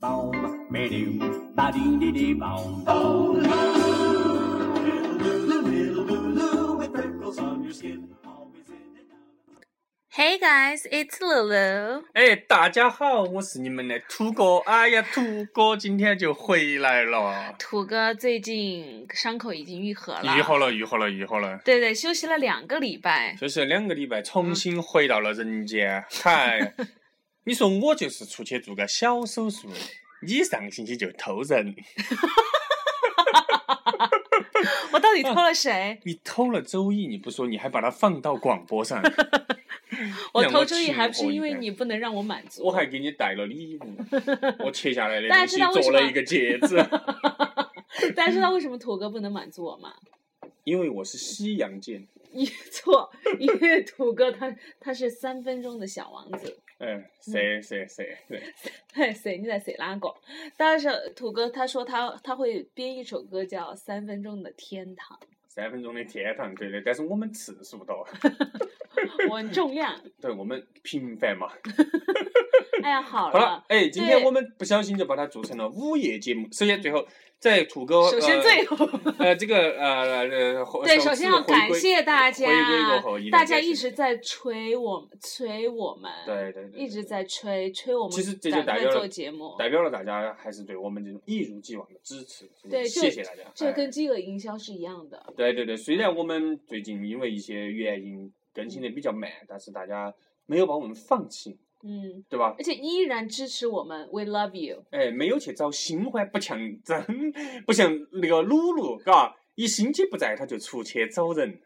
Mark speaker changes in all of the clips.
Speaker 1: Boom, ba-doom, ba-dee-dee-dee, boom, boom. Little, little, Lulu with freckles on your skin. Always in and out.
Speaker 2: Hey guys, it's Lulu。
Speaker 3: 哎、大家好，我是你们的土哥。哎呀，土哥今天就回来了，
Speaker 2: 土哥最近伤口已经愈合了，
Speaker 3: 愈合了，愈合了，愈合了。
Speaker 2: 对对，休息了两个礼拜。
Speaker 3: 就是两个礼拜重新回到了 人间，嗨，你说我就是出去做个小手术，你上个星期就偷人，
Speaker 2: 我到底偷了谁？
Speaker 3: 你偷了周易，你不说，你还把它放到广 播上，
Speaker 2: 我
Speaker 3: 让
Speaker 2: 偷周易
Speaker 3: 情
Speaker 2: 还不是
Speaker 3: 何以
Speaker 2: 因为
Speaker 3: 堪
Speaker 2: 你不能让我满足？
Speaker 3: 哦我还给你带了礼物，我切下来 的
Speaker 2: 大家
Speaker 3: 东
Speaker 2: 知
Speaker 3: 西
Speaker 2: 道为什
Speaker 3: 做
Speaker 2: 么
Speaker 3: 了一个戒指，
Speaker 2: 大家知
Speaker 3: 嗯
Speaker 2: 道为什么土哥不能满足我吗？
Speaker 3: 因为我是西洋剑，
Speaker 2: 你 错，因为土哥他他是三分钟的小王子。
Speaker 3: 嗯，谁谁谁，对，
Speaker 2: 嘿，谁你在谁拉狗？但是土哥他说他他会编一首歌叫《三分钟的天堂
Speaker 3: 三分钟的天堂，对的，但是我们次 数到。》，
Speaker 2: 我重量。
Speaker 3: 对我们平凡嘛。
Speaker 2: 哎呀，好
Speaker 3: 好了
Speaker 2: 了，，
Speaker 3: 哎，今
Speaker 2: 对嗯
Speaker 3: 天我们不小心就把它做成了午夜节目。首先，最后在土哥，
Speaker 2: 首先
Speaker 3: 呃
Speaker 2: 最后。
Speaker 3: 呃这个呃呃，回
Speaker 2: 对，首
Speaker 3: 首次
Speaker 2: 先要
Speaker 3: 回
Speaker 2: 感
Speaker 3: 归
Speaker 2: 谢大
Speaker 3: 回归过
Speaker 2: 家
Speaker 3: 后，一段
Speaker 2: 大家
Speaker 3: 感谢
Speaker 2: 一直在催我们，催我们，
Speaker 3: 对对对，
Speaker 2: 一直在催催我们，
Speaker 3: 其实这就
Speaker 2: 赶
Speaker 3: 代
Speaker 2: 快
Speaker 3: 表了
Speaker 2: 做节目，
Speaker 3: 代表了大家还是对我们这种一如既往的支持。真的
Speaker 2: 对就
Speaker 3: 谢谢大家。
Speaker 2: 这
Speaker 3: 哎
Speaker 2: 跟饥饿营销是一样的。
Speaker 3: 对对对，虽然我们最近因为一些原因更新的比较慢，但是大家没有把我们放弃，
Speaker 2: 嗯，
Speaker 3: 对吧？
Speaker 2: 而且依然支持我们，We love you。
Speaker 3: 哎，没有去找新欢，不像真， 不像那个鲁鲁，嘎，一星期不在他就出去找人。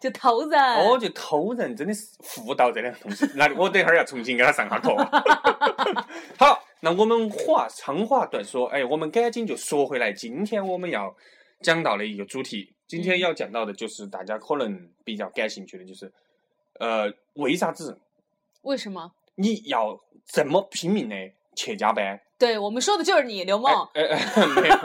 Speaker 2: 就投人，
Speaker 3: 哦，就偷人，真的是妇道这两个东西。那我等一会儿要重新给他上下课。啊 好，那我们话长话短说，哎，我们赶紧就说回来，今天我们要讲到的一个主题，今天要讲到的就是大家可能比较感兴趣的，就是呃，为啥子
Speaker 2: 为什么？
Speaker 3: 你要这么拼命的去加班？
Speaker 2: 对我们说的就是你，刘梦。
Speaker 3: 哎哎哎， 没有，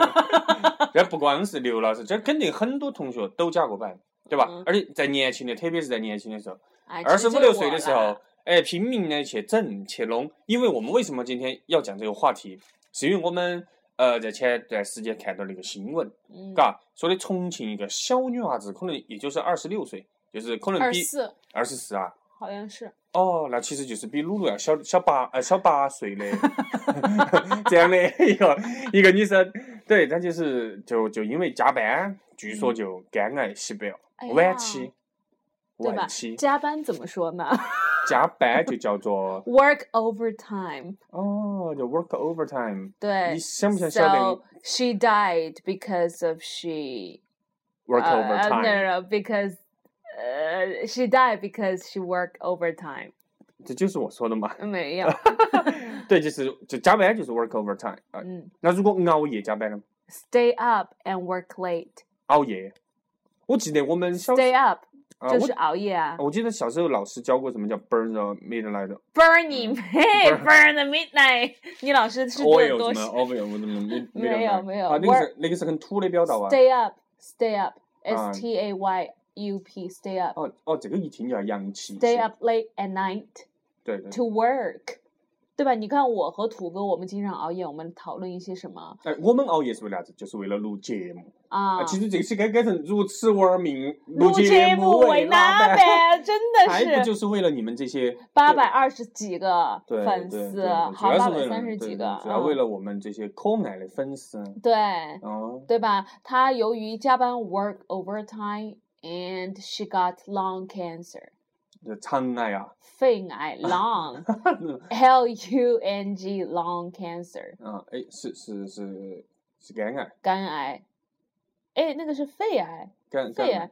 Speaker 3: 这不光是刘老师，这肯定很多同学都加过班，对吧？
Speaker 2: 嗯
Speaker 3: 而且在年轻的，特别是在年轻的时候。
Speaker 2: 哎，
Speaker 3: 二
Speaker 2: 这就
Speaker 3: 十五
Speaker 2: 是
Speaker 3: 六岁
Speaker 2: 我
Speaker 3: 的时
Speaker 2: 啦
Speaker 3: 候，，哎，拼命的去整去弄。因为我们为什么今天要讲这个话题，是因为我们呃在前段时间看到了一个新闻，
Speaker 2: 嗯，
Speaker 3: 嘎、说的重庆一个小女娃子，可能也就是二十六岁，就是可能
Speaker 2: 二
Speaker 3: 比
Speaker 2: 四
Speaker 3: 二十四啊。
Speaker 2: 好像是，
Speaker 3: 哦，那其实就是比露露要小小八呃小八岁的 这样的一个一个女生，对，她就是就就因为加班，据说就肝癌细胞
Speaker 2: 嗯哎呀
Speaker 3: 晚期，
Speaker 2: 对吧
Speaker 3: 晚期？
Speaker 2: 加班怎么说呢
Speaker 3: 加班就叫做
Speaker 2: ？Work overtime。
Speaker 3: 哦，就 work overtime，
Speaker 2: 对
Speaker 3: 你想不想晓得
Speaker 2: So she died because of she
Speaker 3: work
Speaker 2: uh, uh, No,
Speaker 3: overtime？
Speaker 2: no, no, because uh, she died because she worked overtime.
Speaker 3: 这就是我说的嘛。
Speaker 2: 没有，
Speaker 3: 对，就是就加班就是 work overtime 啊、
Speaker 2: 嗯
Speaker 3: 那如果熬夜加班呢？
Speaker 2: Mm. ，stay up and work late.
Speaker 3: 熬夜，我记得我们小
Speaker 2: Stay up oh,
Speaker 3: 啊，
Speaker 2: 就是
Speaker 3: 我
Speaker 2: 熬夜啊。
Speaker 3: 我记得小时候老师教过什么叫 burn the midnight
Speaker 2: Burn him, hey,
Speaker 3: Burn
Speaker 2: burn the midnight. 你老师是对
Speaker 3: oil
Speaker 2: 我多
Speaker 3: 什么 oil 什么 mid
Speaker 2: 没有
Speaker 3: midnight
Speaker 2: 没有
Speaker 3: 啊，那个是那个是很土的表达啊。
Speaker 2: ？Stay up, stay up.
Speaker 3: 啊
Speaker 2: S T A Y U P, stay up.
Speaker 3: 哦哦，这个一听就要洋气一些。
Speaker 2: Stay up late at night.
Speaker 3: 对对。
Speaker 2: to work，对吧？你看我和土哥，我们经常熬夜，我们讨论一些什么
Speaker 3: 哎，我们熬夜是为了啥子？就是为了录节目。哎
Speaker 2: 啊？
Speaker 3: 其实这期该改成如此玩命，
Speaker 2: 录
Speaker 3: 节
Speaker 2: 目
Speaker 3: 为
Speaker 2: 为难
Speaker 3: 拉
Speaker 2: 呗，真
Speaker 3: 还不
Speaker 2: 的是
Speaker 3: 就是为了你们这些
Speaker 2: 八百二十几个
Speaker 3: 对对
Speaker 2: 粉
Speaker 3: 对
Speaker 2: 丝，
Speaker 3: 对主
Speaker 2: 好
Speaker 3: 要
Speaker 2: 八
Speaker 3: 是为
Speaker 2: 百
Speaker 3: 了
Speaker 2: 三十几
Speaker 3: 对对
Speaker 2: 个，
Speaker 3: 主要为
Speaker 2: 嗯
Speaker 3: 了我们这些可爱的粉丝。
Speaker 2: 对
Speaker 3: 哦，
Speaker 2: 对吧？他由于加班 work overtime and she got lung cancer，
Speaker 3: 这长爱啊，
Speaker 2: 肺癌 lung L U N G lung cancer
Speaker 3: 啊，哎，是是是是肝癌，
Speaker 2: 肝癌，哎，那个是肺癌。
Speaker 3: 肝肝
Speaker 2: 肺
Speaker 3: 癌
Speaker 2: 癌、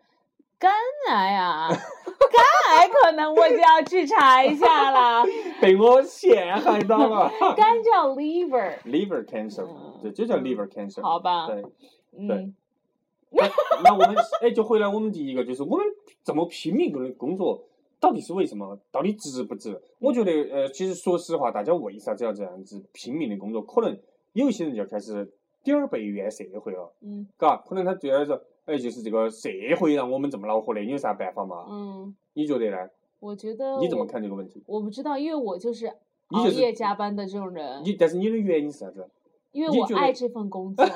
Speaker 2: 肝癌啊，肝癌可能我就要去查一下 了。
Speaker 3: 被我陷害 到了。
Speaker 2: 肝叫 liver，
Speaker 3: liver cancer，
Speaker 2: 嗯
Speaker 3: 这就叫 liver cancer。
Speaker 2: 好吧？
Speaker 3: 对，
Speaker 2: 嗯，
Speaker 3: 那那我们哎，就回来我们第一个，就是我们这么拼命的工作，到底是为什么？到底值不值？我觉得呃，其实说实话，大家为啥子要这样子拼命的工作？可能有一些人就开始点儿被怨社会了。
Speaker 2: 嗯
Speaker 3: 嘎，可能他觉得说，哎，就是这个社会让我们这么恼火的，你有啥办法嘛？
Speaker 2: 嗯，
Speaker 3: 你觉得呢？
Speaker 2: 我觉得
Speaker 3: 你怎么
Speaker 2: 我？
Speaker 3: 看这个问题？
Speaker 2: 我不知道，因为我就是
Speaker 3: 你
Speaker 2: 熬
Speaker 3: 就是
Speaker 2: 夜加班的这种人，
Speaker 3: 你，但是你的原因是啥子？
Speaker 2: 因为
Speaker 3: 你
Speaker 2: 我
Speaker 3: 觉得
Speaker 2: 爱这份工 作，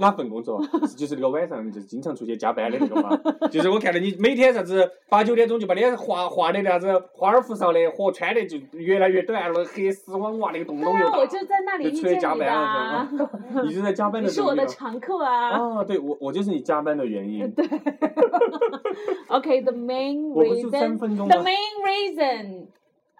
Speaker 3: 哪份工作？ 是就是那个晚上就是经常出去加班的那个嘛。 就是我看到你每天啥子八九点钟就把脸画画的啥子花儿胡哨的，和穿的就越来越短了，黑丝网袜那个洞洞
Speaker 2: 对
Speaker 3: 又
Speaker 2: 啊，我
Speaker 3: 大。
Speaker 2: 就在 那里
Speaker 3: 就
Speaker 2: 遇
Speaker 3: 出去
Speaker 2: 见
Speaker 3: 加
Speaker 2: 你的
Speaker 3: 班了
Speaker 2: 啊，
Speaker 3: 你就在加班
Speaker 2: 你
Speaker 3: 的
Speaker 2: 是
Speaker 3: 时
Speaker 2: 我
Speaker 3: 候
Speaker 2: 的
Speaker 3: 就。
Speaker 2: 常客啊。
Speaker 3: 啊，对我我就是你加班的原 因。
Speaker 2: Okay, the main
Speaker 3: 我不是三
Speaker 2: reason,
Speaker 3: 分钟
Speaker 2: the
Speaker 3: 吗？
Speaker 2: main reason,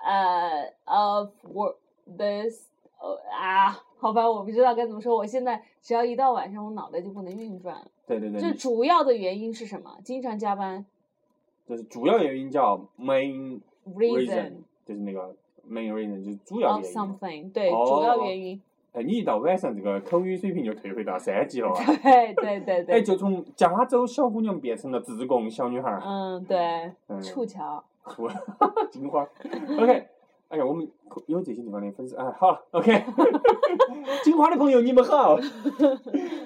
Speaker 2: uh, of work this, 呃啊，好吧，我不知道该怎么说。我现在只要一到晚上，我脑袋就不能运转了。
Speaker 3: 对对对，
Speaker 2: 这
Speaker 3: 你
Speaker 2: 主要的原因是什么？经常加班
Speaker 3: 就是主要原因叫 main
Speaker 2: reason
Speaker 3: reason，就是那个 main reason，就是主要
Speaker 2: of
Speaker 3: 原因。
Speaker 2: something，对，
Speaker 3: 哦
Speaker 2: 主要原因，
Speaker 3: 哎，你一到晚上，这个口语水平就退回到三级了啊！
Speaker 2: 对对 对
Speaker 3: 哎，
Speaker 2: 对，
Speaker 3: 就从加州小姑娘变成了自贡小女孩儿。
Speaker 2: 嗯，对，
Speaker 3: 嗯，
Speaker 2: 触桥，
Speaker 3: 我金花。OK，哎呀，我们有这些地方的粉丝，哎，好了，OK，金花的朋友你们好。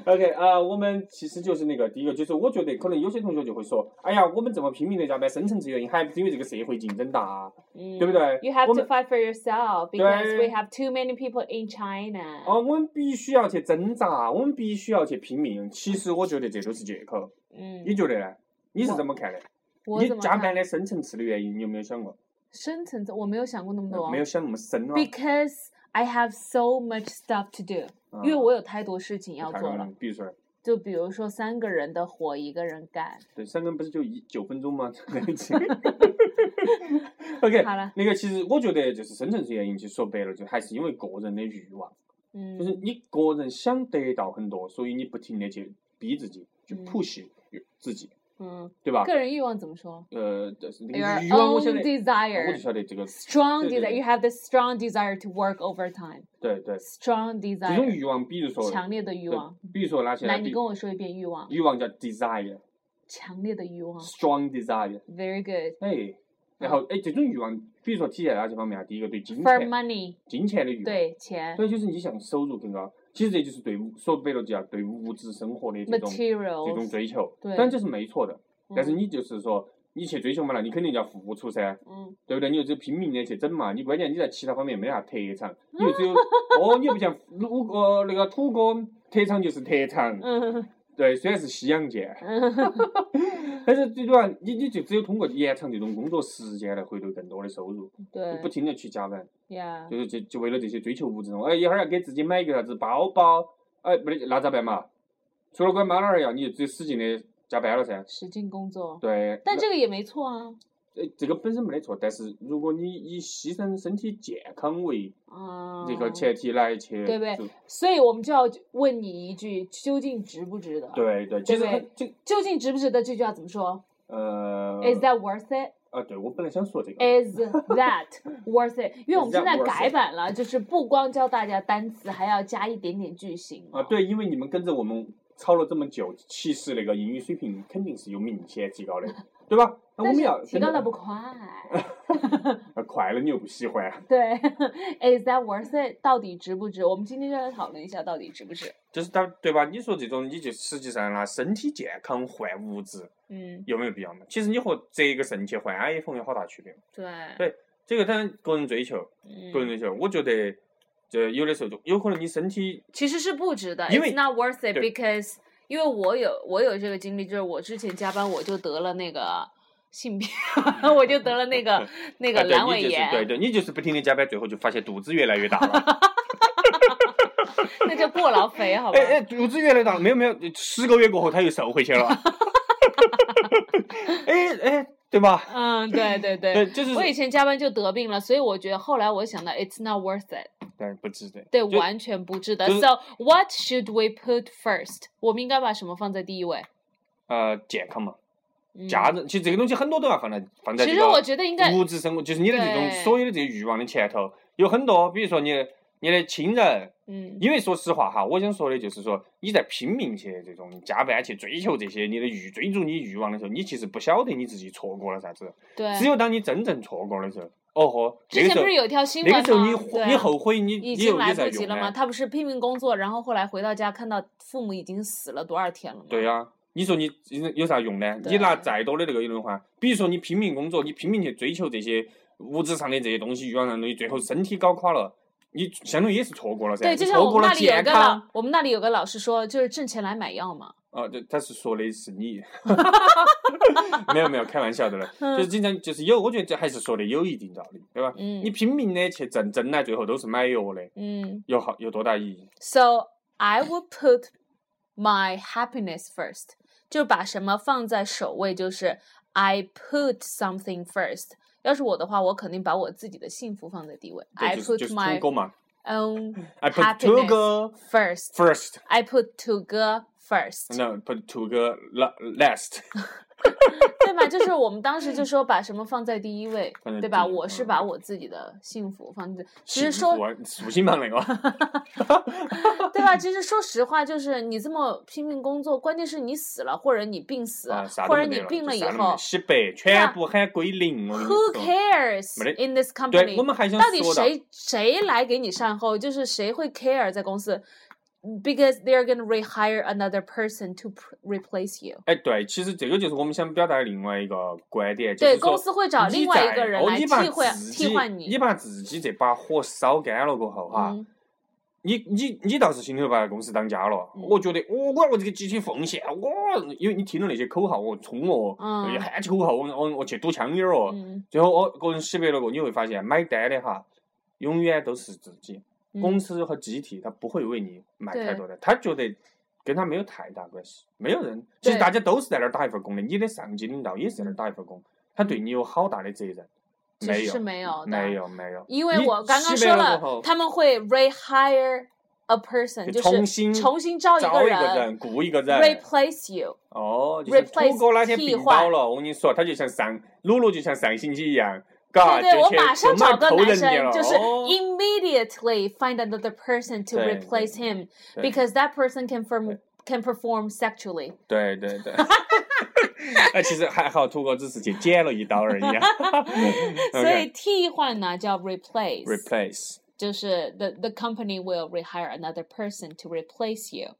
Speaker 3: OK 啊、我们其实就是那个第一个，就是我觉得可能有些同学就会说，哎呀，我们这么拼命的加班，深层次原因还不是因为这个社会竞争大，
Speaker 2: 嗯，
Speaker 3: 对不对？
Speaker 2: You have to
Speaker 3: 我们
Speaker 2: fight for yourself because
Speaker 3: 对
Speaker 2: we have too many people in China.
Speaker 3: 哦，我们必须要去挣扎，我们必须要去拼命。其实我觉得这都是借口，
Speaker 2: 嗯，
Speaker 3: 你觉得呢？你是怎么看的？
Speaker 2: 我
Speaker 3: 你
Speaker 2: 怎么
Speaker 3: 加
Speaker 2: 看
Speaker 3: 班的深层次的原因，你有没有想过？
Speaker 2: 深层次我没有想过那么多，
Speaker 3: 没有想那么深啊。
Speaker 2: Because I have so much stuff to do，、
Speaker 3: 嗯
Speaker 2: 因为我有太多事情要
Speaker 3: 太
Speaker 2: 做
Speaker 3: 高
Speaker 2: 了。
Speaker 3: 比如说。
Speaker 2: 就比如说三个人的活，一个人干。
Speaker 3: 对，三个人不是就一九分钟吗？在一 起。OK，
Speaker 2: 好了
Speaker 3: 那个其实我觉得就是深层次原因，其实说白了就还是因为个人的欲望，
Speaker 2: 嗯，
Speaker 3: 就是你个人想得到很多，所以你不停的去逼自己，去
Speaker 2: 嗯
Speaker 3: push 自己，
Speaker 2: 嗯，
Speaker 3: 对吧？
Speaker 2: 个人欲望怎么说
Speaker 3: 呃，但是那
Speaker 2: ？Your
Speaker 3: 个欲望，我晓
Speaker 2: own
Speaker 3: 得，哦我就
Speaker 2: desire,
Speaker 3: 晓得这个，
Speaker 2: strong
Speaker 3: 对对
Speaker 2: desire.
Speaker 3: 对
Speaker 2: You have this strong desire to work overtime.
Speaker 3: 对对，
Speaker 2: Strong
Speaker 3: 这种
Speaker 2: desire，
Speaker 3: 欲望，比如说，
Speaker 2: 强烈的欲望。
Speaker 3: 对比如说哪些呢？
Speaker 2: 来，你
Speaker 3: 比
Speaker 2: 跟我说一遍欲望，
Speaker 3: 欲望叫 desire，strong
Speaker 2: 强烈的欲望。
Speaker 3: desire，
Speaker 2: Very good
Speaker 3: 哎，然后哎，这种欲望，比如说体现在哪些方面啊？第一个对金
Speaker 2: for
Speaker 3: 钱，
Speaker 2: money，
Speaker 3: 金钱的欲望。
Speaker 2: 对钱
Speaker 3: 所以就是你想收入更高，其实这就是对物说白了就叫对物质生活的这种这种
Speaker 2: ，materials，
Speaker 3: 追求，
Speaker 2: 对
Speaker 3: 但这是没错的。但是
Speaker 2: 嗯
Speaker 3: 你就是说，你去追求嘛了，你肯定要付出噻，
Speaker 2: 嗯，
Speaker 3: 对不对？你就只有拼命的去整嘛，你关键你在其他方面没啥特长，你就只 有哦，你又不像鲁呃那个土哥特长就是特长，
Speaker 2: 嗯
Speaker 3: 对，虽然是西洋剑，
Speaker 2: 嗯，
Speaker 3: 但是最主要你你就只有通过延长这种工作时间来获得更多的收入，
Speaker 2: 对
Speaker 3: 就不停的去加班。
Speaker 2: ，Yeah，
Speaker 3: 就是就就为了这些追求物质生活，哎，一会儿要给自己买一个啥子包包，哎，不得那咋办嘛？除了管妈老汉儿要，你就只有使劲的加班了噻。
Speaker 2: 使劲工作。
Speaker 3: 对，
Speaker 2: 但这个也没错啊，
Speaker 3: 那呃这个本身没得错，但是如果你以牺牲身体健康为
Speaker 2: 啊、
Speaker 3: 这个前提来去做，
Speaker 2: 对呗所以我们就要问你一句，究竟值不值得？，
Speaker 3: 对对，其实
Speaker 2: 对
Speaker 3: 很这
Speaker 2: 究竟值不值得这句要怎么说、
Speaker 3: 呃
Speaker 2: i s that worth it?
Speaker 3: 啊，对我本来想说这个，
Speaker 2: Is that worth it? 因为我们
Speaker 3: Is
Speaker 2: 现
Speaker 3: that
Speaker 2: 在
Speaker 3: worth it？
Speaker 2: 改版了，就是不光教大家单词，还要加一点点句型。
Speaker 3: 啊，，对，因为你们跟着我们操了这么久，其实那个英语水平肯定是有明显 提高的，对吧？那
Speaker 2: 但
Speaker 3: 我们
Speaker 2: 是
Speaker 3: 要
Speaker 2: 提
Speaker 3: 真
Speaker 2: 高
Speaker 3: 的
Speaker 2: 的不快。
Speaker 3: 呃快了，你又不喜欢。
Speaker 2: 对 ，Is that worth it? 到底值不值？我们今天就来讨论一下，到底值不值？
Speaker 3: 就是当对吧？你说这种，你就实际上拿身体健康换物质，
Speaker 2: 嗯，
Speaker 3: 有没有必要呢？其实你和折一个肾去换 iPhone 有好大区别？
Speaker 2: 对，
Speaker 3: 对这个当然个人追求，个
Speaker 2: 嗯，
Speaker 3: 人追求。我觉得，这有的时候就有可能你身体
Speaker 2: 其实是不值得
Speaker 3: 因为
Speaker 2: ，It's not worth it
Speaker 3: 对
Speaker 2: because 因为我有我有这个经历，就是我之前加班我就得了那个性病，我就得了那 个那
Speaker 3: 啊
Speaker 2: 个阑
Speaker 3: 对
Speaker 2: 尾
Speaker 3: 你就是
Speaker 2: 炎，
Speaker 3: 对对，你就是不停的加班，最后就发现肚子越来越大 了。
Speaker 2: 那叫过劳肥，好吧
Speaker 3: 哎？哎，肚子越来越大了，没有没有，十个月过后他又瘦回去 了。哎哎，对吧？
Speaker 2: 嗯，对对对。
Speaker 3: 对，哎就是
Speaker 2: 我以前加班就得病了，所以我觉得后来我想到，it's not worth it，
Speaker 3: 对不值得。
Speaker 2: 对，
Speaker 3: 就
Speaker 2: 完全不值得。
Speaker 3: 就是
Speaker 2: So what should we put first？我们应该把什么放在第一位？
Speaker 3: 呃，健康嘛，
Speaker 2: 嗯、
Speaker 3: 家人，其实这个东西很多都要放在放在
Speaker 2: 其
Speaker 3: 这
Speaker 2: 实
Speaker 3: 个
Speaker 2: 我觉得应该
Speaker 3: 物质生活，就是你的这种
Speaker 2: 对
Speaker 3: 所有的这些欲望的前头，有很多，比如说你的你的亲人，
Speaker 2: 嗯，
Speaker 3: 因为说实话哈，我想说的就是说，你在拼命去这种加班去追求这些你的欲追逐你欲望的时候，你其实不晓得你自己错过了啥子。
Speaker 2: 对。
Speaker 3: 只有当你真正错过的时候，哦豁，那
Speaker 2: 之前
Speaker 3: 个时
Speaker 2: 不
Speaker 3: 候
Speaker 2: 是有一条新闻
Speaker 3: 那
Speaker 2: 吗？
Speaker 3: 个时候你
Speaker 2: 对啊
Speaker 3: 后你后悔你
Speaker 2: 已
Speaker 3: 你
Speaker 2: 经
Speaker 3: 有
Speaker 2: 来
Speaker 3: 你在
Speaker 2: 不及
Speaker 3: 用啊
Speaker 2: 了吗？
Speaker 3: 呢？
Speaker 2: 他不是拼命工作，然后后来回到家看到父母已经死了多少天了吗？
Speaker 3: 对、呀、你说你有有啥用呢？
Speaker 2: 嗯对
Speaker 3: 你拿再多的那个有的话，比如说你拼命工作，你拼命去追求这些物质上的这些东西、欲望上的东西，最后身体搞垮了，你相当于也是错过了噻。
Speaker 2: 对，
Speaker 3: 你
Speaker 2: 就像
Speaker 3: 错
Speaker 2: 我
Speaker 3: 过
Speaker 2: 们
Speaker 3: 了
Speaker 2: 那里有
Speaker 3: 健
Speaker 2: 个老
Speaker 3: 康。，
Speaker 2: 我们那里有个老师说，就是挣钱来买药嘛。
Speaker 3: 哦，对，他是说的是 你， 没有没有，开玩笑的了。就是经常就是有，我觉得这还是说的有一定道理，对吧？
Speaker 2: 嗯
Speaker 3: 你拼命的去挣，挣来最后都是买药的，
Speaker 2: 嗯
Speaker 3: 有好有多大意义？
Speaker 2: ，So I would put my happiness first，就把什么放在首位，就是 I put something first。要是我的话，我肯定把我自己的幸福放在第位。
Speaker 3: 对
Speaker 2: I
Speaker 3: 就是就
Speaker 2: put
Speaker 3: 是
Speaker 2: my
Speaker 3: 土狗嘛
Speaker 2: own
Speaker 3: ，I put two
Speaker 2: happiness
Speaker 3: girl
Speaker 2: first。
Speaker 3: first,
Speaker 2: I put two girl first，
Speaker 3: no put two girl la- last。
Speaker 2: 对吧？就是我们当时就说把什么放在第一位
Speaker 3: 放在，
Speaker 2: 对
Speaker 3: 第
Speaker 2: 吧？
Speaker 3: 一
Speaker 2: 我是
Speaker 3: 嗯
Speaker 2: 把我自己的幸福放在，其实
Speaker 3: 幸
Speaker 2: 说
Speaker 3: 福啊属性旁那 个，
Speaker 2: 对吧？其实说实话，就是你这么拼命工作，关键是你死了，或者你病死，
Speaker 3: 啊，啥都
Speaker 2: 或者
Speaker 3: 没
Speaker 2: 你
Speaker 3: 得了，
Speaker 2: 病
Speaker 3: 就
Speaker 2: 了以
Speaker 3: 啥都没
Speaker 2: 后啊
Speaker 3: 得洗白，全部喊归零。我跟你
Speaker 2: ，Who
Speaker 3: 说
Speaker 2: cares
Speaker 3: 没得
Speaker 2: in this company？
Speaker 3: 对，我们还想
Speaker 2: 到底
Speaker 3: 说的
Speaker 2: 谁谁来给你善后？就是谁会 care 在公司？Because they're gonna rehire another person to pr- replace you。
Speaker 3: 哎，对，其实这个就是我们想表达的另外一个观点，就是
Speaker 2: 对，
Speaker 3: 说
Speaker 2: 公司会找
Speaker 3: 你
Speaker 2: 另外一
Speaker 3: 在
Speaker 2: 个人
Speaker 3: 哦
Speaker 2: 来
Speaker 3: 你把
Speaker 2: 替换
Speaker 3: 自
Speaker 2: 替
Speaker 3: 己
Speaker 2: 换你。
Speaker 3: 把自己这把火烧干了过后哈，
Speaker 2: 嗯，
Speaker 3: 你你你倒是心里头把公司当家了。
Speaker 2: 嗯
Speaker 3: 我觉得我我要为这个集体奉献，我因为你听了那些口号，我冲哦，
Speaker 2: 嗯
Speaker 3: 又喊起口号，我我我去堵枪眼儿哦。
Speaker 2: 嗯
Speaker 3: 最后我个人洗白了过，你会发现买单的哈，永远都是自己。
Speaker 2: 嗯
Speaker 3: 公司和集体他不会为你买
Speaker 2: 对
Speaker 3: 太多的，他觉得跟他没有太大关系，没有人，其实
Speaker 2: 对嗯
Speaker 3: 大家都是在那儿打一份工的，你的上级领导也是在那儿打一份工，他对你有好大的责任，
Speaker 2: 其
Speaker 3: 没
Speaker 2: 实
Speaker 3: 有，
Speaker 2: 是没有的
Speaker 3: 没有，没有，
Speaker 2: 因为
Speaker 3: 你
Speaker 2: 我刚刚
Speaker 3: 洗
Speaker 2: 说
Speaker 3: 白了过后
Speaker 2: 了，他们会 rehire a person，
Speaker 3: 就
Speaker 2: 就是
Speaker 3: 重新
Speaker 2: 重新招一
Speaker 3: 招一个
Speaker 2: 人
Speaker 3: 人，雇一个人，
Speaker 2: replace you。
Speaker 3: 哦，就像
Speaker 2: replace，
Speaker 3: 土狗那天
Speaker 2: 替
Speaker 3: 病
Speaker 2: 换
Speaker 3: 倒了，我跟你说，他就像上露露就像上星期一样，嘎，
Speaker 2: 对对，
Speaker 3: 就
Speaker 2: 我
Speaker 3: 去
Speaker 2: 马上
Speaker 3: 就骂
Speaker 2: 找个
Speaker 3: 抠
Speaker 2: 男
Speaker 3: 人家
Speaker 2: 生，
Speaker 3: 了
Speaker 2: 就是
Speaker 3: 哦
Speaker 2: immediately find another person to
Speaker 3: 对
Speaker 2: replace
Speaker 3: 对
Speaker 2: him
Speaker 3: 对
Speaker 2: because that person can perform
Speaker 3: 对
Speaker 2: can perform sexually。
Speaker 3: 对对对。哎，其实还好，土狗只是去剪了一刀而 已啊。
Speaker 2: 所以替换呢叫 replace，
Speaker 3: replace。
Speaker 2: 就是 the the company will rehire another person to replace you。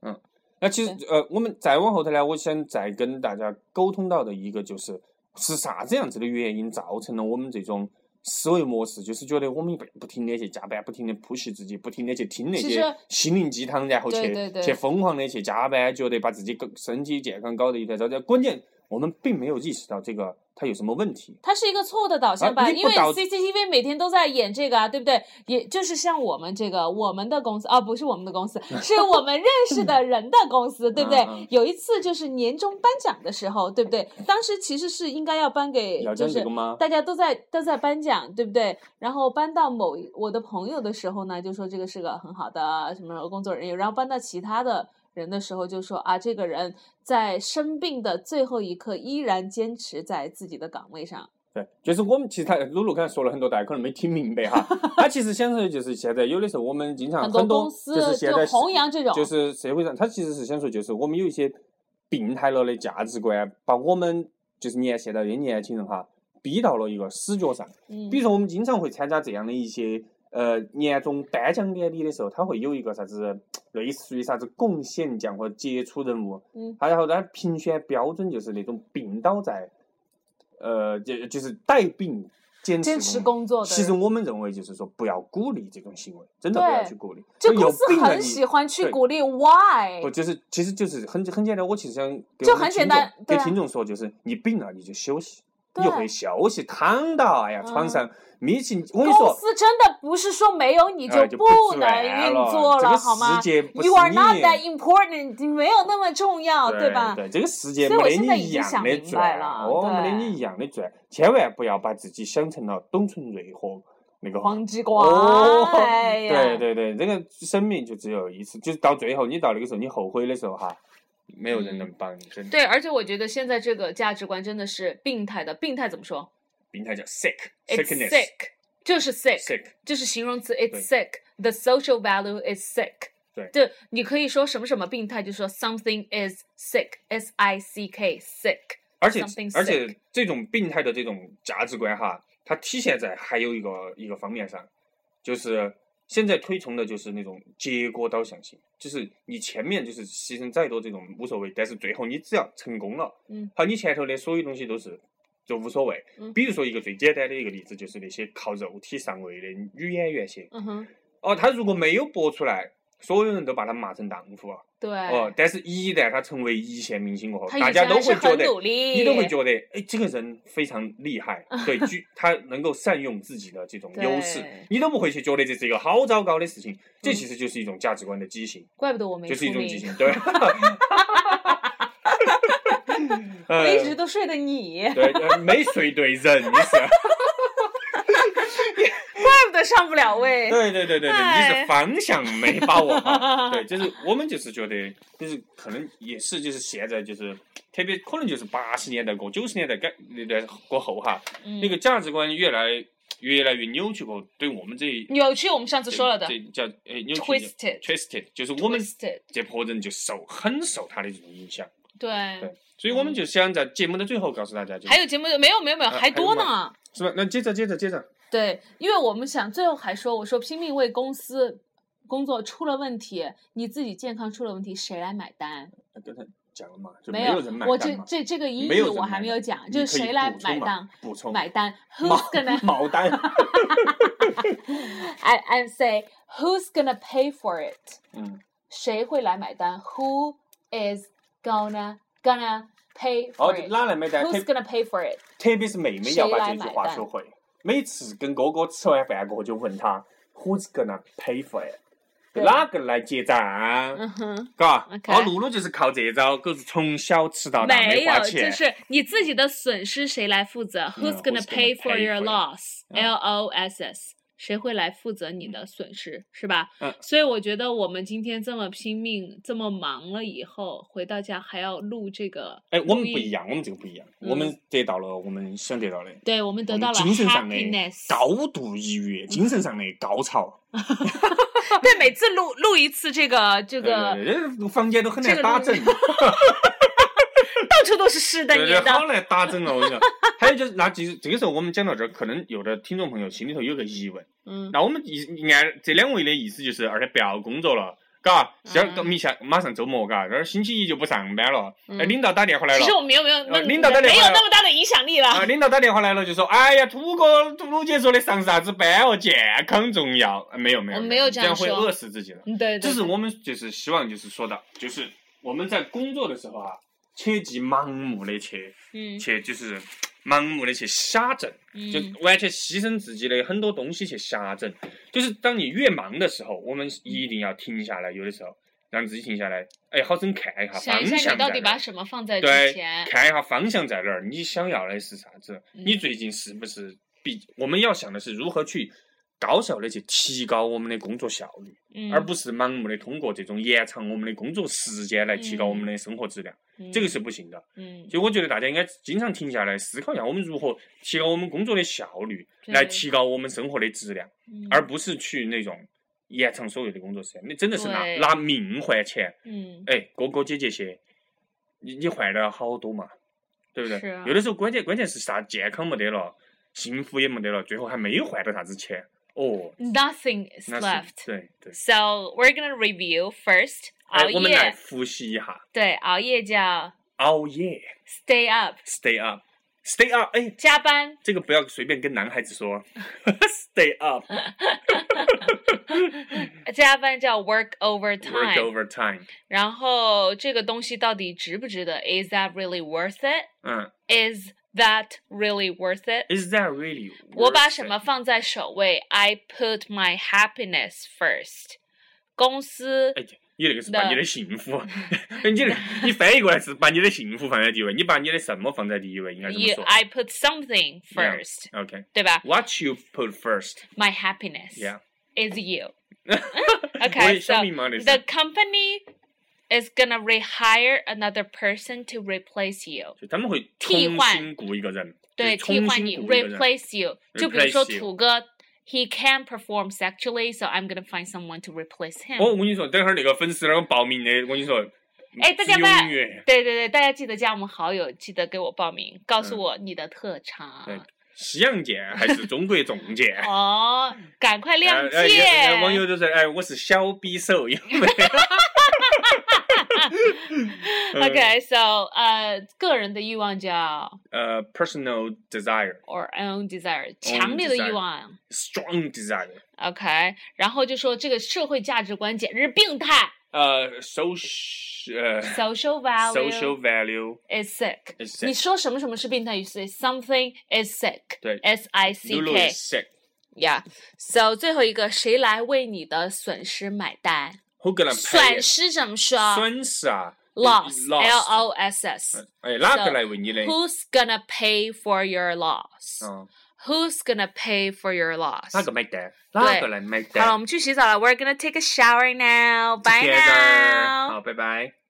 Speaker 3: 那其实呃，我们再往后头呢，我想再跟大家沟通到的一个就是，是啥子样子的原因造成了我们这种思维模式，就是觉得我们不不停的去加班，不停的 push 自己，不停的去听那
Speaker 2: 其
Speaker 3: 些
Speaker 2: 实
Speaker 3: 心灵鸡汤，然后去
Speaker 2: 对对对
Speaker 3: 去疯狂的去加班，觉得把自己搞身体健康搞得一团糟。但关键我们并没有意识到这个它有什么问题。
Speaker 2: 它是一个错误的导向吧，
Speaker 3: 啊你不
Speaker 2: 因为
Speaker 3: 导
Speaker 2: CCTV 每天都在演这个啊，对不对？也就是像我们这个我们的公司啊，不是我们的 公司，是我们认识的人的公司，对不对
Speaker 3: 嗯嗯？
Speaker 2: 有一次就是年终颁奖的时候，对不对？当时其实是应该要颁给
Speaker 3: 要
Speaker 2: 就
Speaker 3: 讲这
Speaker 2: 是
Speaker 3: 个吗？
Speaker 2: 大家都在都在颁奖，对不对？然后颁到某一我的朋友的时候呢，就说这个是个很好的什么工作人员，然后颁到其他的人的时候，就说啊，这个人在生病的最后一刻依然坚持在自己的岗位上。
Speaker 3: 对，就是我们其实他露露刚才说了很多，大家可能没听明白 哈。他其实想说的就是现在有的时候我们经常
Speaker 2: 很
Speaker 3: 啊
Speaker 2: 多
Speaker 3: 很多
Speaker 2: 公司
Speaker 3: 就是现
Speaker 2: 就
Speaker 3: 在
Speaker 2: 弘
Speaker 3: 是
Speaker 2: 扬这种
Speaker 3: 就是社会上他其实是想说，就是我们有一些病态了的价值观，把我们就是年现在的年轻人哈逼到了一个死角上。
Speaker 2: 嗯
Speaker 3: 比如说我们经常会参加这样的一些呃年终颁奖典礼的时候，他会有一个啥子类似于啥子贡献奖或杰出人物，
Speaker 2: 嗯
Speaker 3: 他然后他评选标准就是那种病倒在，呃，就就是带病坚持
Speaker 2: 坚持工作的
Speaker 3: 其实
Speaker 2: 人
Speaker 3: 我们认为就是说，不要鼓励这种行为，真的不要
Speaker 2: 对
Speaker 3: 去鼓励。
Speaker 2: 这
Speaker 3: 有
Speaker 2: 公司
Speaker 3: 病了
Speaker 2: 很
Speaker 3: 你
Speaker 2: 喜欢去
Speaker 3: 对
Speaker 2: 鼓励，why？
Speaker 3: 不就是其实就是很很简单。我其实想给
Speaker 2: 就
Speaker 3: 我们
Speaker 2: 很
Speaker 3: 听
Speaker 2: 简单
Speaker 3: 众
Speaker 2: 对
Speaker 3: 给
Speaker 2: 啊
Speaker 3: 听众说，就是你病了你就休息，你
Speaker 2: 对
Speaker 3: 就会休息，躺到哎呀床
Speaker 2: 嗯
Speaker 3: 上眯起。我跟你
Speaker 2: 公
Speaker 3: 说，
Speaker 2: 司真的不是说没有你就
Speaker 3: 哎就不
Speaker 2: 能
Speaker 3: 来
Speaker 2: 运
Speaker 3: 了
Speaker 2: 作
Speaker 3: 这个
Speaker 2: 好吗
Speaker 3: 世界不
Speaker 2: ？You
Speaker 3: 是
Speaker 2: are not
Speaker 3: 你
Speaker 2: that important，你没有那么重要，
Speaker 3: 对
Speaker 2: 吧？
Speaker 3: 对，这个世界
Speaker 2: 所以我
Speaker 3: 没
Speaker 2: 现
Speaker 3: 得
Speaker 2: 在
Speaker 3: 你
Speaker 2: 已
Speaker 3: 一
Speaker 2: 经想
Speaker 3: 样的
Speaker 2: 明白
Speaker 3: 赚，
Speaker 2: 了
Speaker 3: 哦，没得
Speaker 2: 对
Speaker 3: 你一样的赚，千万不要把自己想成了董存瑞和那个
Speaker 2: 黄之光，
Speaker 3: 哦，
Speaker 2: 哎呀，
Speaker 3: 对对对，这个生命就只有一次，就是到最后，你到那个时候，你后悔的时候哈，没有人能帮你，真
Speaker 2: 嗯
Speaker 3: 的。
Speaker 2: 对而且我觉得现在这个价值观真的是病态的，病态怎么说
Speaker 3: 病态叫 sick
Speaker 2: ？It's
Speaker 3: sickness
Speaker 2: sick，就是 sick，
Speaker 3: sick，
Speaker 2: 就是形容词，it's
Speaker 3: 对
Speaker 2: sick，the social value is sick。
Speaker 3: 对
Speaker 2: 就你可以说什么什么病态，就说 something is sick，s i c k sick。
Speaker 3: 而且
Speaker 2: something
Speaker 3: 而且
Speaker 2: sick
Speaker 3: 这种病态的这种价值观哈，它体现在还有一个一个方面上，就是现在推崇的就是那种结果导向性，就是你前面就是牺牲再多这种无所谓，但是最后你只要成功了，
Speaker 2: 嗯，
Speaker 3: 好，你前头的所有东西都是就无所谓
Speaker 2: 嗯。
Speaker 3: 比如说一个最简单的一个例子，就是那些靠肉体上位的女演员些，
Speaker 2: 嗯哼，
Speaker 3: 哦，她如果没有播出来，所有人都把她骂成荡妇啊。
Speaker 2: 对，
Speaker 3: 哦，但是一旦她成为一线明星过后，
Speaker 2: 哎他
Speaker 3: 大家都
Speaker 2: 还是
Speaker 3: 会觉
Speaker 2: 很
Speaker 3: 得，
Speaker 2: 努力，
Speaker 3: 你都会觉得，哎，这个人非常厉 害，对，具他能够善用自己的这种优势
Speaker 2: 对，
Speaker 3: 你都不会去觉得这是一个好糟糕的事情。这
Speaker 2: 嗯
Speaker 3: 其实就是一种价值观的畸形，
Speaker 2: 怪不得我没
Speaker 3: 就是一
Speaker 2: 出
Speaker 3: 种
Speaker 2: 名
Speaker 3: 畸形， 对。
Speaker 2: 我一
Speaker 3: 呃
Speaker 2: 直都睡的你，怪
Speaker 3: 对，呃没睡对人，你是，
Speaker 2: 不得上不了位。
Speaker 3: 对对对对对，你
Speaker 2: 哎
Speaker 3: 是方向没把握 好。对，就是我们就是觉得，就是可能也是就是现在就是特别可能就是八十年代过九十年代改那段过后哈，
Speaker 2: 嗯
Speaker 3: 那个价值观越来越来越扭曲过，对我们这一
Speaker 2: 扭曲，我们上次说了的
Speaker 3: 这叫呃扭曲
Speaker 2: Twisted
Speaker 3: twisted，就是我们
Speaker 2: ，twisted，
Speaker 3: 这波人就受很受他的这种影响，
Speaker 2: 对
Speaker 3: 对。所以我们就想在节目的最后告诉大家，就是
Speaker 2: 嗯还有节目没有没有没有
Speaker 3: 呃
Speaker 2: 还多
Speaker 3: 还有
Speaker 2: 呢，
Speaker 3: 是吧？那接着接着接着，
Speaker 2: 对，因为我们想最后还说，我说拼命为公司工作出了问题，你自己健康出了问题，谁来买单？
Speaker 3: 呃刚才讲了嘛，就
Speaker 2: 没
Speaker 3: 有人买
Speaker 2: 我
Speaker 3: 单
Speaker 2: 这
Speaker 3: 嘛
Speaker 2: 这这个英
Speaker 3: 没
Speaker 2: 语
Speaker 3: 有人
Speaker 2: 我还
Speaker 3: 买
Speaker 2: 没
Speaker 3: 单
Speaker 2: 有讲，
Speaker 3: 你
Speaker 2: 就是
Speaker 3: 可以
Speaker 2: 谁来
Speaker 3: 补充
Speaker 2: 买
Speaker 3: 嘛
Speaker 2: 单？
Speaker 3: 补充
Speaker 2: 买单
Speaker 3: 毛
Speaker 2: ？Who's gonna
Speaker 3: 毛单，
Speaker 2: I I say who's gonna pay for it？
Speaker 3: 嗯，
Speaker 2: 谁会来买单？Who is gonna gonna pay
Speaker 3: 然
Speaker 2: for
Speaker 3: 后哦就
Speaker 2: it？
Speaker 3: 哪来买单？
Speaker 2: Who's
Speaker 3: 特
Speaker 2: gonna pay for it？
Speaker 3: 特别是妹妹要
Speaker 2: 谁
Speaker 3: 把
Speaker 2: 来
Speaker 3: 这句
Speaker 2: 买
Speaker 3: 话
Speaker 2: 单
Speaker 3: 学会，每次跟哥哥吃完饭过后就问他，Who's gonna pay for it？
Speaker 2: 对
Speaker 3: 哪个来结账？
Speaker 2: 嗯哼，
Speaker 3: 嘎，
Speaker 2: OK
Speaker 3: 然后露露就是靠这招，狗是从小吃到大，没花钱。嗯
Speaker 2: 是你自己的损失谁来负责
Speaker 3: Who's gonna pay for 嗯 your loss？
Speaker 2: L O S S。谁会来负责你的损失，是吧？
Speaker 3: 嗯
Speaker 2: 所以我觉得我们今天这么拼命、这么忙了以后，回到家还要录这个。
Speaker 3: 哎，我们不一。样，我们这个不一样，
Speaker 2: 嗯
Speaker 3: 我们得到了我们想得到的，
Speaker 2: 对，我们得
Speaker 3: 我们
Speaker 2: 到了
Speaker 3: 精神上的
Speaker 2: happiness。
Speaker 3: 高度愉悦，精神上的高潮。
Speaker 2: 对，每次录录一次这个这
Speaker 3: 对
Speaker 2: 个，
Speaker 3: 对对呃这房间都很
Speaker 2: 这
Speaker 3: 难
Speaker 2: 个
Speaker 3: 打
Speaker 2: 录
Speaker 3: 整，
Speaker 2: 到处都是湿的、
Speaker 3: 对
Speaker 2: 黏
Speaker 3: 对，
Speaker 2: 的。
Speaker 3: 好难打整哦，我跟你讲。还有就是，那其实这个时候我们讲到这儿，可能有的听众朋友心里头有个疑问，
Speaker 2: 嗯，
Speaker 3: 那我们一按这两位的意思就是，而且不要工作了。嘎，像
Speaker 2: 嗯
Speaker 3: 明下马上周末，嘎，这儿星期一就不上班了。哎，
Speaker 2: 嗯
Speaker 3: 领导打电话来了。
Speaker 2: 其实我们没有没有那
Speaker 3: 呃领导打电
Speaker 2: 没
Speaker 3: 话
Speaker 2: 有
Speaker 3: 来了
Speaker 2: 那么大的影响力了。
Speaker 3: 啊，领导打电话来了就说：“哎呀，土哥，土鲁姐说的上啥子班哦，健康重要。啊”没有没有，
Speaker 2: 我没有
Speaker 3: 这
Speaker 2: 这
Speaker 3: 样
Speaker 2: 样
Speaker 3: 会
Speaker 2: 说
Speaker 3: 饿死自己的。
Speaker 2: 嗯，对，
Speaker 3: 这
Speaker 2: 对
Speaker 3: 是我们就是希望就是说到，就是我们在工作的时候啊，切忌盲目的去
Speaker 2: 嗯
Speaker 3: 去就是盲目的去瞎整，就
Speaker 2: 嗯
Speaker 3: 完全牺牲自己的很多东西去瞎整。就是当你越忙的时候，我们一定要停下来，有的时候让自己停下来，哎，好生看一下
Speaker 2: 想
Speaker 3: 方
Speaker 2: 一下
Speaker 3: 向
Speaker 2: 你到
Speaker 3: 在
Speaker 2: 底
Speaker 3: 哪
Speaker 2: 把。什么放在之
Speaker 3: 对
Speaker 2: 前，？
Speaker 3: 看一下方向在哪儿，你想要的是啥子？
Speaker 2: 嗯
Speaker 3: 你最近是不是比我们要想的是如何去高效的去提高我们的工作效率，
Speaker 2: 嗯，
Speaker 3: 而不是盲目的通过这种延长我们的工作时间来提高我们的生活质量，
Speaker 2: 嗯
Speaker 3: 这个是不行的。
Speaker 2: 嗯
Speaker 3: 所以我觉得大家应该经常停下来思考一下，我们如何提高我们工作的效率，
Speaker 2: 对
Speaker 3: 来提高我们生活的质量，
Speaker 2: 嗯
Speaker 3: 而不是去那种延长所有的工作时间。你真的是拿
Speaker 2: 对
Speaker 3: 拿命换钱。
Speaker 2: 嗯
Speaker 3: 哎，哥哥姐姐些，你你换得了好多嘛，对不对？
Speaker 2: 是啊
Speaker 3: 有的时候关键关键是啥，健康没得了，幸福也没得了，最后还没有换到啥子钱，哦，
Speaker 2: ，nothing is
Speaker 3: 那是
Speaker 2: left。
Speaker 3: 对对。
Speaker 2: So we're gonna review first
Speaker 3: 哎
Speaker 2: 熬，
Speaker 3: 我们来
Speaker 2: 夜，
Speaker 3: 复习一下，
Speaker 2: 对，熬夜叫
Speaker 3: 熬夜
Speaker 2: stay up，
Speaker 3: ，stay up，stay up，哎，
Speaker 2: 加 班
Speaker 3: 这个不要随便跟男孩 子说，stay up，work
Speaker 2: 加班叫 work overtime。
Speaker 3: over time，
Speaker 2: 然后这个东西到底值不值得？Is that really worth it?
Speaker 3: 嗯
Speaker 2: Is that really worth it?
Speaker 3: ，is that really？
Speaker 2: 我把
Speaker 3: worth
Speaker 2: 什
Speaker 3: it？
Speaker 2: 么放在首位？I put my happiness first。公司
Speaker 3: 哎，你那个是把
Speaker 2: 那
Speaker 3: 你的幸福， 你那个你翻译过来是把你的幸福放在第一位，你把你的什么放在第一位？应该怎么
Speaker 2: ，you
Speaker 3: 说
Speaker 2: I put something first，
Speaker 3: ？OK。
Speaker 2: 对吧
Speaker 3: What you put first,
Speaker 2: ？My happiness
Speaker 3: yeah.
Speaker 2: is you。
Speaker 3: Wait,
Speaker 2: Okay,
Speaker 3: show
Speaker 2: so
Speaker 3: me money.
Speaker 2: the company is gonna rehire another person to replace you。
Speaker 3: 就他们会
Speaker 2: 替
Speaker 3: 重
Speaker 2: 换
Speaker 3: 新雇一个人，
Speaker 2: 对，
Speaker 3: 就是
Speaker 2: 替
Speaker 3: 重
Speaker 2: 换
Speaker 3: 新
Speaker 2: 你
Speaker 3: 雇一个人。
Speaker 2: replace you。就比如说
Speaker 3: Replace you
Speaker 2: 土哥，he can perform sexually, so I'm gonna find someone to replace him。
Speaker 3: 哦，我跟你说，等会儿那个粉丝那个报名的，我跟你说，
Speaker 2: 哎大家
Speaker 3: 只
Speaker 2: 不要
Speaker 3: 永远
Speaker 2: 对对对，大家记得加我们好友，记得给我报名，告
Speaker 3: 嗯
Speaker 2: 诉我你的特长。？
Speaker 3: 对西洋剑还是中国重剑
Speaker 2: 哦，赶快亮
Speaker 3: 哎哎哎哎网
Speaker 2: 剑！
Speaker 3: 友就说：“哎，我是小匕首，有没有？
Speaker 2: Okay, so uh, 个人的欲望叫
Speaker 3: 呃，personal desire,
Speaker 2: or own desire，强烈的欲
Speaker 3: desire
Speaker 2: 望。
Speaker 3: strong desire，
Speaker 2: OK，然后就说这个社会价值观简直是病态
Speaker 3: 呃，social 呃
Speaker 2: ，social value
Speaker 3: social value
Speaker 2: is sick。
Speaker 3: is
Speaker 2: 你
Speaker 3: sick.
Speaker 2: 说什么什么是病态？You say something is sick。
Speaker 3: 对
Speaker 2: ，S I C
Speaker 3: Lulu
Speaker 2: K
Speaker 3: is。sick.
Speaker 2: Yeah. So 最后一个，谁来为你的损失买单？
Speaker 3: Who gonna pay
Speaker 2: 损
Speaker 3: it？
Speaker 2: 失怎么说
Speaker 3: 损失啊
Speaker 2: ？Loss. L
Speaker 3: loss
Speaker 2: O S S。
Speaker 3: 哎，哪
Speaker 2: So，
Speaker 3: 个来为你的？
Speaker 2: Who's gonna pay for your loss?
Speaker 3: 嗯，
Speaker 2: Who's gonna pay for your loss? Um,
Speaker 3: 哪个买单？哪个来买
Speaker 2: 好了，我
Speaker 3: 单
Speaker 2: 们去洗澡了。We're gonna take a shower now. Bye
Speaker 3: ？Together，
Speaker 2: now.
Speaker 3: 好，拜拜。